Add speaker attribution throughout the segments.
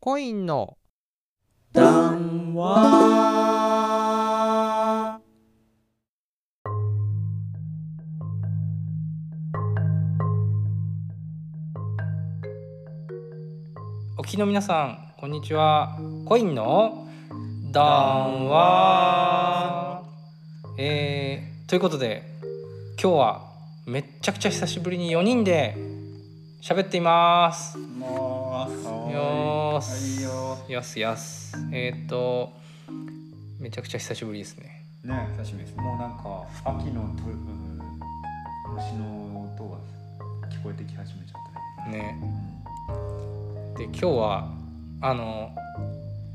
Speaker 1: コインの
Speaker 2: 談話
Speaker 3: お聞きの皆さんこんにちはコインの談話えー、ということで今日はめっちゃくちゃ久しぶりに4人で喋っています
Speaker 2: もう
Speaker 3: よーす
Speaker 2: いいよ
Speaker 3: よすよすえっ、ー、とめちゃくちゃ久しぶりですね
Speaker 2: ね久しぶりですもうなんか秋のと、うん、虫の音が聞こえてき始めちゃ
Speaker 3: ね
Speaker 2: ったね、
Speaker 3: で今日はあの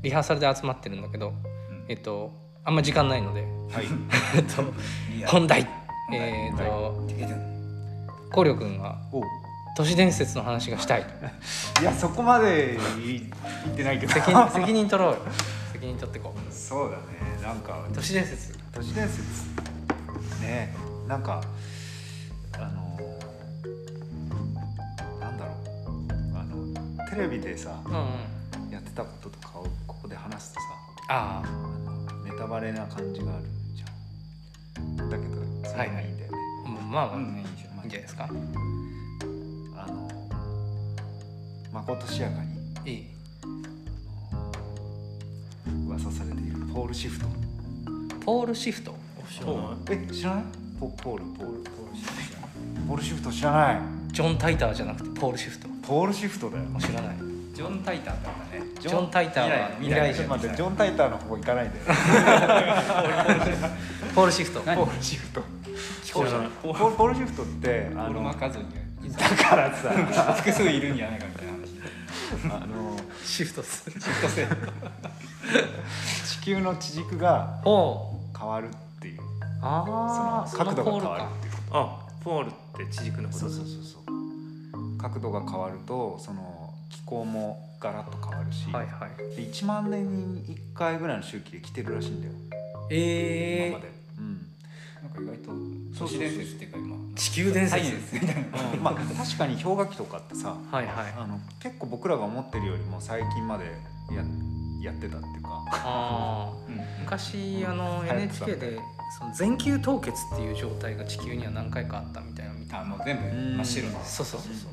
Speaker 3: リハーサルで集まってるんだけど
Speaker 2: うん
Speaker 3: えっ、とあんま時間ないので
Speaker 2: はい
Speaker 3: えっと本題えっ、と
Speaker 2: はい
Speaker 3: 光陵君が
Speaker 2: おう
Speaker 3: 都市伝説の話がしたい
Speaker 2: いやそこまでい言ってないけど
Speaker 3: 責任責任取ろうよ責任取ってこう
Speaker 2: そうだねなんか
Speaker 3: 都市伝説
Speaker 2: 都市伝説ねなんかあのなんだろうあのテレビでさ
Speaker 3: うんうん
Speaker 2: やってたこととかをここで話すとさ
Speaker 3: あ
Speaker 2: あ
Speaker 3: あ
Speaker 2: のネタバレな感じがあるじゃんだけどそれがいいんだよね、
Speaker 3: まあまあ、
Speaker 2: うん
Speaker 3: いいじゃんいいんじゃないですか
Speaker 2: あのまことしやかに
Speaker 3: いい
Speaker 2: あの噂されているポールシフト
Speaker 3: ポールシフト
Speaker 2: え知らないポポールポールポールシフトポールシフト知らない
Speaker 3: ジョン・タイターじゃなくてポールシフト
Speaker 2: ポールシフトだよ
Speaker 3: 知らない
Speaker 4: ジョン・タイタンだったね。
Speaker 3: ジョン・タイターは未来
Speaker 2: ち
Speaker 3: じ
Speaker 2: ょっ
Speaker 3: ゃ
Speaker 2: と
Speaker 3: ん
Speaker 2: 待ってジョン・タイターの方行かないで
Speaker 3: ポールシフト
Speaker 4: 何
Speaker 2: ポールシフト
Speaker 3: 聞こえない
Speaker 2: ポールポールシフトってあ
Speaker 4: 俺
Speaker 2: の
Speaker 4: 巻かずに
Speaker 2: だからさ
Speaker 4: 複数いるんじゃないかみたいな話。
Speaker 2: あの
Speaker 3: シフトする
Speaker 2: 地球の地軸が
Speaker 3: おお
Speaker 2: 変わるっていうそ
Speaker 3: あ
Speaker 2: の
Speaker 3: あ
Speaker 2: 角度が変わるっていう
Speaker 5: あポールって地軸のこ
Speaker 2: そ
Speaker 5: と
Speaker 2: うそうそうそう角度が変わるとその気候もガラッと変わるし、
Speaker 3: はいはい
Speaker 2: で1万年に1回ぐらいの周期で来てるらしいんだよ
Speaker 3: え
Speaker 2: 今
Speaker 3: え
Speaker 2: まで、うん
Speaker 4: なんか意外と都市伝説っていうか今。
Speaker 3: 地球伝
Speaker 4: サ
Speaker 3: 説
Speaker 4: イエンスみたいな。
Speaker 2: まあ確かに氷河期とかってさ
Speaker 3: はいはい
Speaker 2: あの結構僕らが思ってるよりも最近までややってたっていうか
Speaker 3: ああ昔あの
Speaker 2: うん
Speaker 3: NHK でその全球凍結っていう状態が地球には何回かあったみたいなの見た
Speaker 4: あもう全部真っ白です。
Speaker 3: そうそうそうそう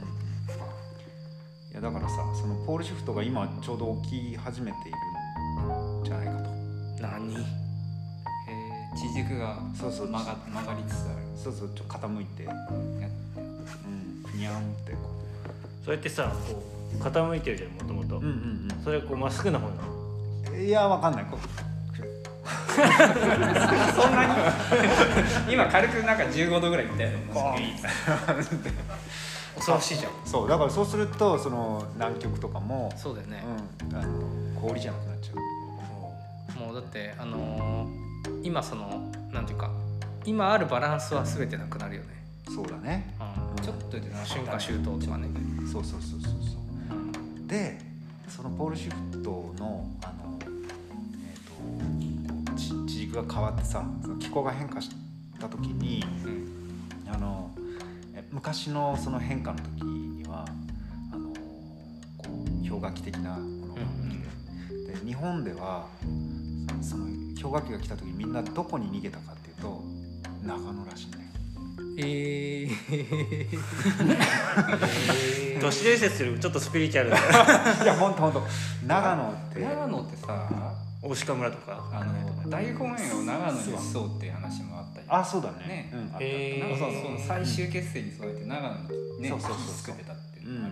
Speaker 2: いやだからさそのポールシフトが今ちょうど起き始めているんじゃないかと
Speaker 3: 何へえ
Speaker 4: 地軸が
Speaker 2: そうそう
Speaker 4: 曲が曲がりつつある。
Speaker 2: そうそうちょっと傾いて、うん、ふにゃんってこ
Speaker 5: それってさこう傾いてるじゃんもと
Speaker 2: う、
Speaker 5: もと
Speaker 2: うんうん
Speaker 5: それこうまっすぐな方なの
Speaker 2: うんいやわかんないこ
Speaker 4: 今軽くなんか15度ぐらいみたいなもんですね。
Speaker 3: 恐ろしいじゃん
Speaker 2: そうだからそうするとその南極とかも
Speaker 3: そうだよね、
Speaker 2: うん、あの氷じゃなくなっちゃう
Speaker 3: もうだってあのー今そのなんていうか今あるバランスは全てなくなるよね、
Speaker 2: そうだね
Speaker 3: うん
Speaker 4: ちょっとでな
Speaker 3: 春夏秋冬とかね
Speaker 2: そうそうそうそうそうでそのポールシフトのあの、えー、と地地軸が変わってさその気候が変化した時に
Speaker 4: うん。
Speaker 2: あのえ昔のその変化の時にはあのこう氷河期的なものが起きて、で日本ではその氷河期が来た時にみんなどこに逃げたかっていうと長野らしいんだ よ。
Speaker 3: ええ
Speaker 5: 都市伝説よりちょっとスピリチュア ルない
Speaker 2: や本当本当長野って
Speaker 4: 長野ってさ。
Speaker 5: 大鹿村とか
Speaker 4: あの大本営を長野にしそうっていう話もあったり
Speaker 2: あそうだね
Speaker 4: ね
Speaker 2: うんあった
Speaker 3: え
Speaker 4: なんかそうその最終決戦に備えて長野にね
Speaker 2: そうそうそう
Speaker 4: 木作ってたっていううん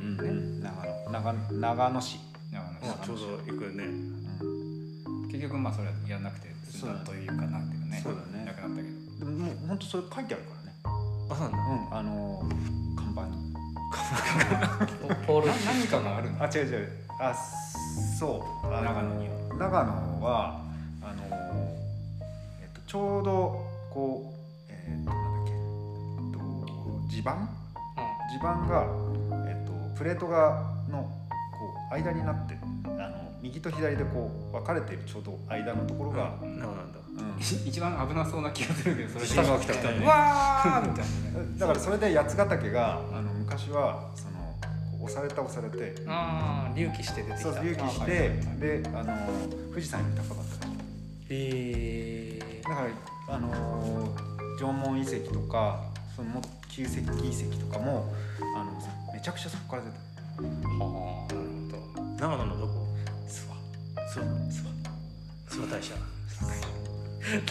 Speaker 4: のもあるよ
Speaker 2: う
Speaker 4: ね
Speaker 2: ん長野長野長野市、
Speaker 4: 長野
Speaker 5: あ
Speaker 4: 市
Speaker 5: ちょうど行くよね
Speaker 2: うん
Speaker 4: 結局まあそれはやらなくて済んだというかなっていうかね
Speaker 2: そうだね
Speaker 4: なくなったけど
Speaker 2: でももう本当それ書いてあるからね
Speaker 5: あそうなんだ
Speaker 2: うんあの看板に
Speaker 3: ポール
Speaker 4: な何かがあるの
Speaker 2: あ違う違うあそうあの
Speaker 4: 長野に
Speaker 2: 長野はあの、えっと、ちょうどこうえっとなんだっけ、えっと、地盤地盤が、えっと、プレートがのこう間になってあの右と左でこう分かれているちょうど間のところが、
Speaker 5: 長野なんだ
Speaker 2: うん
Speaker 4: 一番危なそうな気がするけどそれ
Speaker 5: 下が来たみたいね
Speaker 4: うわーみたいなね
Speaker 2: だからそれで八ヶ岳があの昔はそのこう押された押されて
Speaker 3: ああ隆起して出てき
Speaker 2: そ
Speaker 3: た
Speaker 2: う隆起し
Speaker 4: あは
Speaker 2: て、
Speaker 4: いはいはい
Speaker 2: であの富士山より高かったらしい
Speaker 3: ええ
Speaker 2: だからあのー縄文遺跡とかそのも旧石器遺跡とかもあのめちゃくちゃそこから出た
Speaker 3: はあなるほど
Speaker 5: 長野のどこ
Speaker 2: 諏訪
Speaker 5: 諏訪諏訪大社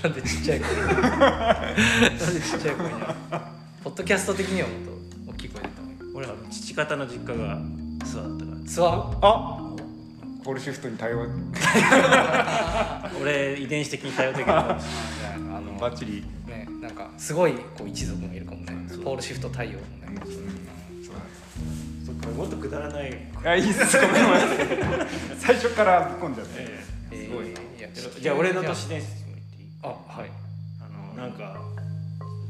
Speaker 3: なんでちっちゃい声なんでちっちゃい声になるポッドキャスト的にはもっと大きい声で言った方がいい
Speaker 5: 俺らの父方の実家が諏訪だったから
Speaker 3: ツア
Speaker 2: あポールシフトに対応
Speaker 5: 俺遺伝子的に頼って けど
Speaker 3: ーあの
Speaker 2: バッチリ
Speaker 3: ねなんかすごいこう一族もいるかもねポールシフト太陽もね
Speaker 5: そっかもっとくだらない
Speaker 2: いやいいですごめんなさい 最初からぶっ込んじゃって、
Speaker 3: す
Speaker 5: ごい
Speaker 3: ねや
Speaker 5: じゃあ俺の都市伝説も言っていい
Speaker 3: あはい
Speaker 5: あのなんか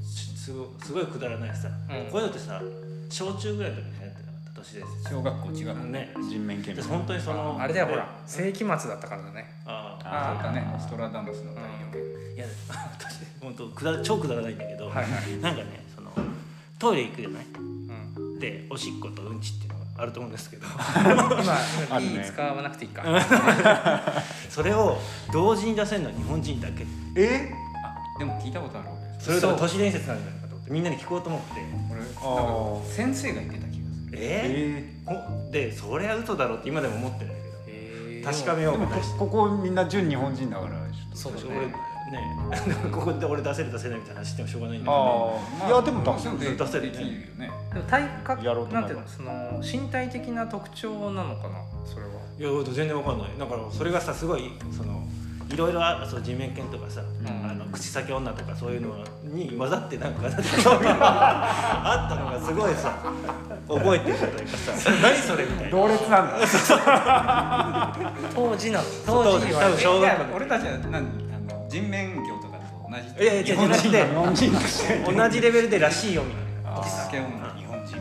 Speaker 5: しすごすごいくだらないさ、
Speaker 3: うん
Speaker 5: こういうのってさ小中ぐらいの時に流行ってなかった都市伝説
Speaker 2: 小学校違う
Speaker 5: ね
Speaker 2: 人面
Speaker 5: で
Speaker 2: 犬
Speaker 5: 本当にその
Speaker 3: あれだよ
Speaker 5: ね
Speaker 3: ほら世紀末だったからだね
Speaker 5: ああ
Speaker 2: あ
Speaker 4: ああったねストラダムスの太陽、
Speaker 5: いや 私本当くだら超くだらないんだけど、
Speaker 3: はいは
Speaker 5: なんかねそのトイレ行くじゃない
Speaker 3: うん
Speaker 5: でおしっことうんちっていうのがあると思うんで すけど
Speaker 3: 今
Speaker 2: ある
Speaker 3: いい
Speaker 2: ね
Speaker 3: 使わなくていいか
Speaker 5: それを同時に出せるのは日本人だけ
Speaker 2: え
Speaker 4: でも聞いたことある俺
Speaker 5: それが都市伝説なんじゃないかと思ってみんなに聞こうと思って
Speaker 4: 俺なん
Speaker 2: あ
Speaker 4: か先生が言ってた気がする
Speaker 5: え
Speaker 2: え
Speaker 5: ーほでそれは嘘だろうって今でも思ってるんだけど
Speaker 3: へー
Speaker 5: 確か
Speaker 2: ー
Speaker 5: めよ
Speaker 2: で
Speaker 5: う
Speaker 2: も
Speaker 5: として
Speaker 2: こここみんな純日本人だからちょっと
Speaker 3: そうだ
Speaker 5: 俺
Speaker 3: ね
Speaker 5: ね ここで俺出せる出せないみたいな話してもしょうがないんだけど
Speaker 2: ああ、いやでも多
Speaker 4: 出せ
Speaker 2: 分
Speaker 4: る
Speaker 5: 出せる
Speaker 4: で
Speaker 5: ね
Speaker 4: きるよね
Speaker 3: でも体格
Speaker 2: やろうと思えば
Speaker 3: なんていうのその身体的な特徴なのかなそれはい
Speaker 5: や全然わかんないだからそれがさすごいそのいろいろあそう人面犬とかさ、
Speaker 3: ん
Speaker 5: あの口先女とかそういうのに混ざってなんかなんかそういうのが あったのがすごいさ覚えてるというか さ何それみたいな
Speaker 2: 同列なんだ
Speaker 3: 当時なの
Speaker 5: 当時
Speaker 3: 言わ
Speaker 5: 多
Speaker 3: れ
Speaker 5: 分
Speaker 3: て
Speaker 5: 小学校
Speaker 4: いや俺たちはなんあの人面魚とかと同じ
Speaker 5: いやいや
Speaker 4: 日
Speaker 5: 違う
Speaker 4: 本人
Speaker 5: 違う
Speaker 2: 日
Speaker 5: 違う
Speaker 2: 本人として
Speaker 5: 同じレベルでらしいよみたいな
Speaker 4: 口酒女の日本人みた
Speaker 3: や
Speaker 4: い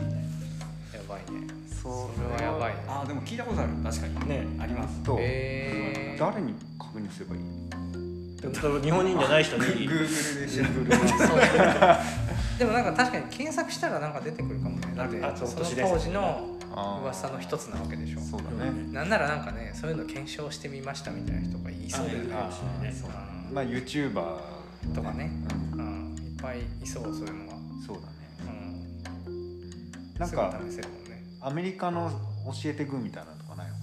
Speaker 3: ばいね
Speaker 2: そ
Speaker 3: それはやばいね
Speaker 4: なあでも聞いたことある確かに
Speaker 5: ね
Speaker 4: あります
Speaker 2: と
Speaker 3: えー
Speaker 2: 誰に確認すればいい
Speaker 5: でもその日本人じゃない人に
Speaker 4: Google で調べ
Speaker 3: そうだねでもなんか確かに検索したらなんか出てくるかもねだって
Speaker 5: あそう
Speaker 3: そ
Speaker 5: 都
Speaker 3: の
Speaker 5: 市伝説
Speaker 3: 当時の
Speaker 2: あー
Speaker 3: 噂の一つなわけでしょ
Speaker 2: そうだね
Speaker 3: なんならなんかねそういうの検証してみましたみたいな人がいそうだよね
Speaker 5: あいるかもしれないね
Speaker 3: うん
Speaker 2: まあ YouTuber
Speaker 3: とかね
Speaker 2: うん
Speaker 3: うんいっぱいいそうそういうのは
Speaker 2: そうだね
Speaker 3: うん
Speaker 2: なん
Speaker 3: すぐ
Speaker 2: か
Speaker 3: 試せるもんね
Speaker 2: アメリカの教えてグーみたいなのとかないのか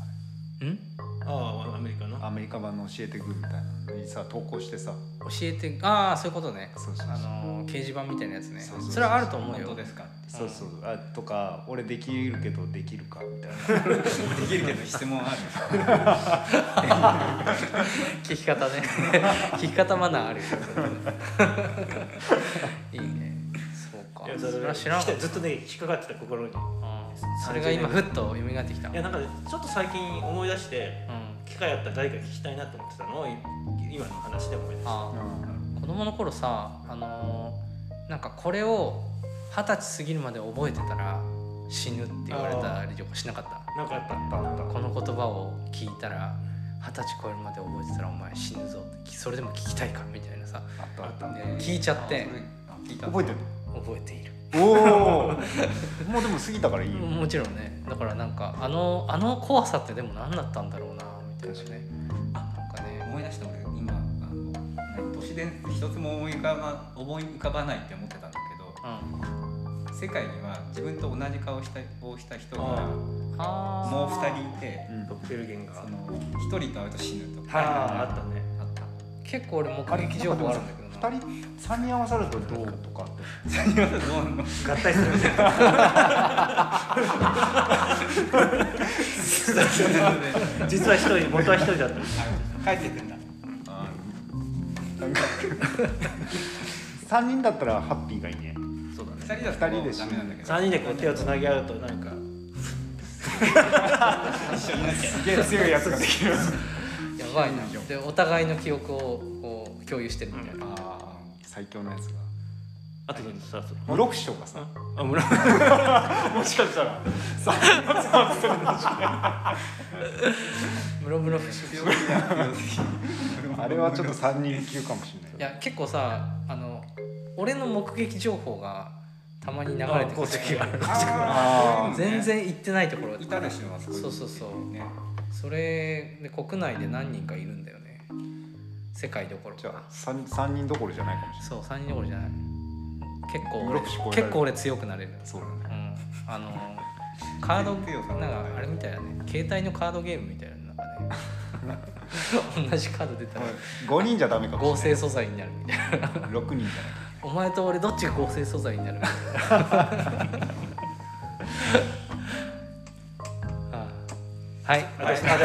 Speaker 2: ね
Speaker 3: ん
Speaker 5: ああアメリカの
Speaker 2: アメリカ版の教えてグーみたいなのにさ投稿してさ
Speaker 3: 教えてああそういうことね
Speaker 2: そうそう
Speaker 3: あのー掲示板みたいなやつね
Speaker 2: そうそうそう
Speaker 3: それはあると思う
Speaker 4: 本当
Speaker 3: よ
Speaker 4: ですかって
Speaker 2: そうそうあとか俺できるけどできるかみたいな
Speaker 4: できるけど質問ある
Speaker 3: 聞き方ね聞き方マナーあるよいいねそうか
Speaker 5: いや
Speaker 3: そ
Speaker 5: そ
Speaker 3: れ
Speaker 5: れ
Speaker 3: は知らんかった
Speaker 5: ずっとね引っかかってた心にい
Speaker 3: うんそれが今ふっと蘇ってきた
Speaker 5: やなんかねちょっと最近思い出して
Speaker 3: うん
Speaker 5: 機会あったら誰かに聞きたいなと思ってたのをい今の話で思い出し た
Speaker 3: あー子供の頃さあのーなんかこれを二十歳過ぎるまで覚えてたら死ぬって言われたりとかしなかった
Speaker 5: なんかあった
Speaker 3: この言葉を聞いたら二十歳超えるまで覚えてたらお前死ぬぞってそれでも聞きたいかみたいなさ
Speaker 2: あったあった
Speaker 3: ね聞いちゃって
Speaker 4: あそれあ聞いた
Speaker 2: 覚えてる
Speaker 3: 覚えている
Speaker 2: おお もうでも過ぎたからいいよ
Speaker 3: ももちろんねだからなんかあのあの怖さってでも何だったんだろうなみたいなねなんかね
Speaker 4: 思い出した俺今あの何都市伝説一つも思い浮かば思い浮かばないって思ってたんだけ
Speaker 3: うん
Speaker 4: ど世界には自分と同じ顔したをした人が
Speaker 5: あ
Speaker 4: も
Speaker 3: あー
Speaker 4: う2人いて
Speaker 2: うん
Speaker 5: ドッペルゲンガー
Speaker 4: その1人と会うと死ぬ とか
Speaker 5: はいあったね
Speaker 4: あった
Speaker 3: 結構俺
Speaker 2: あ
Speaker 3: 目
Speaker 2: れ
Speaker 3: 撃情報あるんだけどな
Speaker 2: 2人3人合わさるとどうとかって
Speaker 4: 何をどうなの
Speaker 5: 合体するみ たいな実は一人元は一人だった
Speaker 4: 帰ってくんだ
Speaker 2: なんか3人だったらハッピーがいいね
Speaker 5: そうだ
Speaker 4: 2人だと
Speaker 2: 二人で死
Speaker 4: ダ
Speaker 2: ぬ
Speaker 4: メなんだけど
Speaker 5: 3人でこう手をつなぎ合うとなんか
Speaker 4: 一緒にいなきゃ
Speaker 2: すげえ強いやつができる
Speaker 3: やばいなでお互いの記憶をこう共有してるみたいな、
Speaker 2: あー最強のやつが
Speaker 5: あとでさそ
Speaker 2: 室伏匠がさ
Speaker 5: あ村もしかしたら
Speaker 3: ムロムロ不思議い
Speaker 2: あれはちょっと3人級かもしれない
Speaker 3: や結構さあの俺の目撃情報がたまに流れてくる時がある
Speaker 2: あ
Speaker 4: ー
Speaker 3: 全然行ってないところ
Speaker 4: いたりします
Speaker 3: そうそうそう
Speaker 4: ね
Speaker 3: それで国内で何人かいるんだよね世界どころ
Speaker 2: じゃ
Speaker 3: か
Speaker 2: あ 3, 三人どころじゃないかもしれない
Speaker 3: そう3人どころじゃない結構俺
Speaker 2: よくしこえられる
Speaker 3: 結構俺強くなれる
Speaker 2: そうだね
Speaker 3: うんあのカ ード
Speaker 4: 強さ
Speaker 3: なんかあれみたいだね携帯のカードゲームみたいななんか ね同じカード出たら
Speaker 2: 5人じゃダメかも
Speaker 3: 合
Speaker 2: しれ
Speaker 3: 成
Speaker 2: な
Speaker 3: 素
Speaker 2: い
Speaker 3: 材になるみたいな
Speaker 2: 6人じゃない
Speaker 3: お前と俺どっちが合成素材にな るみたいなああはい
Speaker 5: 私
Speaker 3: は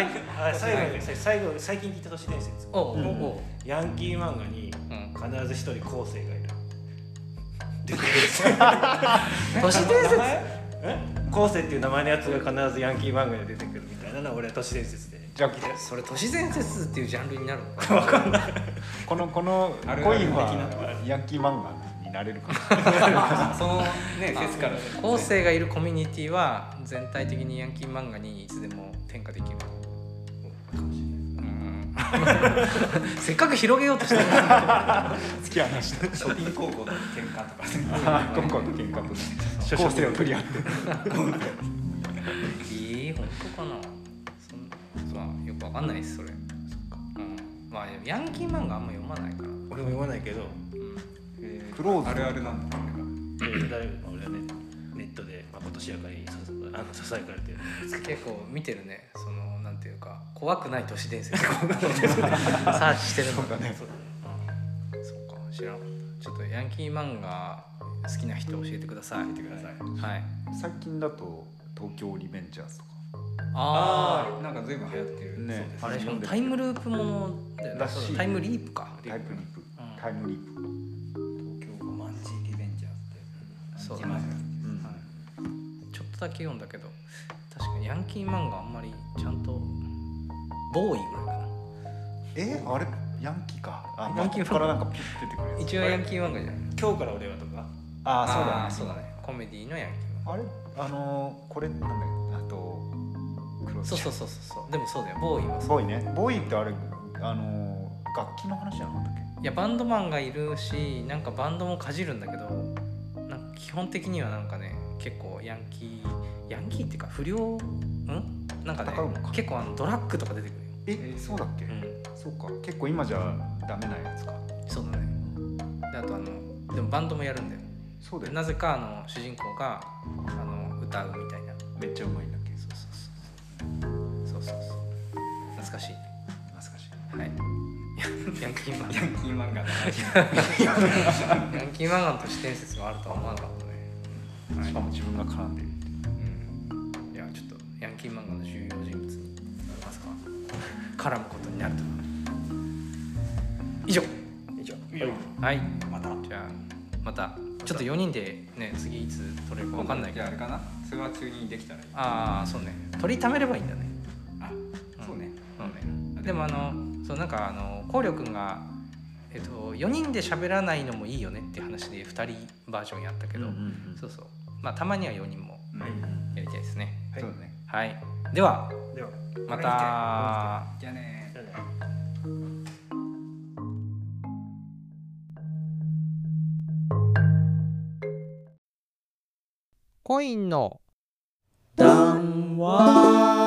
Speaker 3: い
Speaker 5: あ最後に最後最近聞いた都市伝説
Speaker 3: おうおうおう
Speaker 5: ヤンキー漫画に
Speaker 3: うん
Speaker 5: 必ず一人後世がいる
Speaker 3: 都市伝説
Speaker 5: え後世っていう名前のやつが必ずヤンキー漫画に出てくるみたいなのは俺は都市伝説で
Speaker 2: じゃあ
Speaker 3: それ都市伝説っていうジャンルになるのか
Speaker 2: このこの
Speaker 4: あるある
Speaker 2: コイン
Speaker 4: 的
Speaker 2: はヤンキー漫画になれる かもしれない
Speaker 4: そのね説から
Speaker 3: 後世がいるコミュニティは全体的にヤンキー漫画にいつでも転化できるうん せっかく広げようとしてる
Speaker 2: 突き放して
Speaker 4: ショッピング高校の喧嘩とかね
Speaker 2: 今回の喧嘩として構成を取り合って
Speaker 3: ええ本当かなそんまあよくわかんないですそれうんまあヤンキー漫画あんま読まないから、
Speaker 5: 俺も読まないけど
Speaker 3: うん
Speaker 2: クローズ
Speaker 4: あるあるなんだ
Speaker 5: えーだいぶ俺はねネットでまことしやかにさあのささやかれてる
Speaker 3: 結構見てるねそのなんていうか怖くない都市伝説 サーチしてるの
Speaker 2: そうだね
Speaker 3: うんそうか知らんちょっとヤンキー漫画好きな人教えてください教えてくださいはい
Speaker 2: 最近だと東京リベンジャーズとか
Speaker 3: あ
Speaker 4: なんか随分流行ってる
Speaker 2: ね
Speaker 3: ああれしかも
Speaker 2: 読んでる
Speaker 3: タイムループものだよね
Speaker 2: らしい
Speaker 3: タイムリープか
Speaker 2: タイムリープ
Speaker 3: ん
Speaker 2: タイムリープ
Speaker 4: 東京マンジーリベンジャーって
Speaker 3: そう
Speaker 4: マンジーリベン
Speaker 2: うん
Speaker 4: ジャー
Speaker 3: ちょっとだけ読んだけど確かにヤンキー漫画あんまりちゃんとボーイぐらいかな
Speaker 2: えあれヤンキーかあ
Speaker 3: ヤ
Speaker 2: ヤ
Speaker 3: ン
Speaker 2: ン
Speaker 3: キ
Speaker 2: キ
Speaker 3: ー
Speaker 2: ーからなんかピッて出てくるやつ
Speaker 3: 一応ヤンキー漫画じゃない
Speaker 5: 今日から俺はとか
Speaker 2: あそうだ
Speaker 3: あ
Speaker 2: ね
Speaker 3: ーそうだねコメディのヤンキー漫画
Speaker 2: あれあのーこれなんだっけあとクローズ
Speaker 3: そうそうそうそうそうでもそうだよボーイはそう
Speaker 2: ボーイねボーイってあれあのー楽器の話じゃなかったっけ
Speaker 3: いやバンドマンがいるしなんかバンドもかじるんだけどなんか基本的にはなんかね結構ヤンキーヤンキーっていうか不良んなんかね
Speaker 2: 戦うのか
Speaker 3: 結構あのドラッグとか出てく
Speaker 2: えそうだっけ、
Speaker 3: るよ、
Speaker 2: そうか結構今じゃダメなやつか
Speaker 3: うん、そうだねであとあのでもバンドもやるんだよ
Speaker 2: そうだ
Speaker 3: で
Speaker 2: よね
Speaker 3: なぜかあの主人公があの歌うみたいな
Speaker 2: めっちゃうまいんだっけそうそう
Speaker 3: そうそうそう懐かしい
Speaker 2: 懐かしい
Speaker 3: はい ヤンヤンキー漫
Speaker 4: ヤンキー漫画の話
Speaker 3: 画ヤンキー漫画の都市伝説があるとは思わなかったね
Speaker 2: しかも自分が絡んでるって
Speaker 3: うんいやちょっとヤンキー漫画の重要人物になりますか絡むことになるとは以上
Speaker 5: 以上
Speaker 3: はい
Speaker 4: また
Speaker 3: じゃあまたちょっと4人でね次いつ撮れるか分かんないけ
Speaker 4: じゃ
Speaker 3: ど
Speaker 4: ああれかな通話中にできたらいい
Speaker 3: ああそうね撮りためればいいんだね
Speaker 4: あそうね
Speaker 3: そうねでもあのそうなんかあの光く君がえっと4人で喋らないのもいいよねっていう話で2人バージョンやったけ
Speaker 2: け
Speaker 3: ど、
Speaker 2: ど、
Speaker 3: そうそうまあたまには4人も
Speaker 4: はい
Speaker 3: やりたいですね
Speaker 5: はい
Speaker 2: そうだね
Speaker 3: はいでは
Speaker 5: では
Speaker 3: また。
Speaker 4: じゃあね
Speaker 5: じゃあね
Speaker 3: コインの
Speaker 5: 談話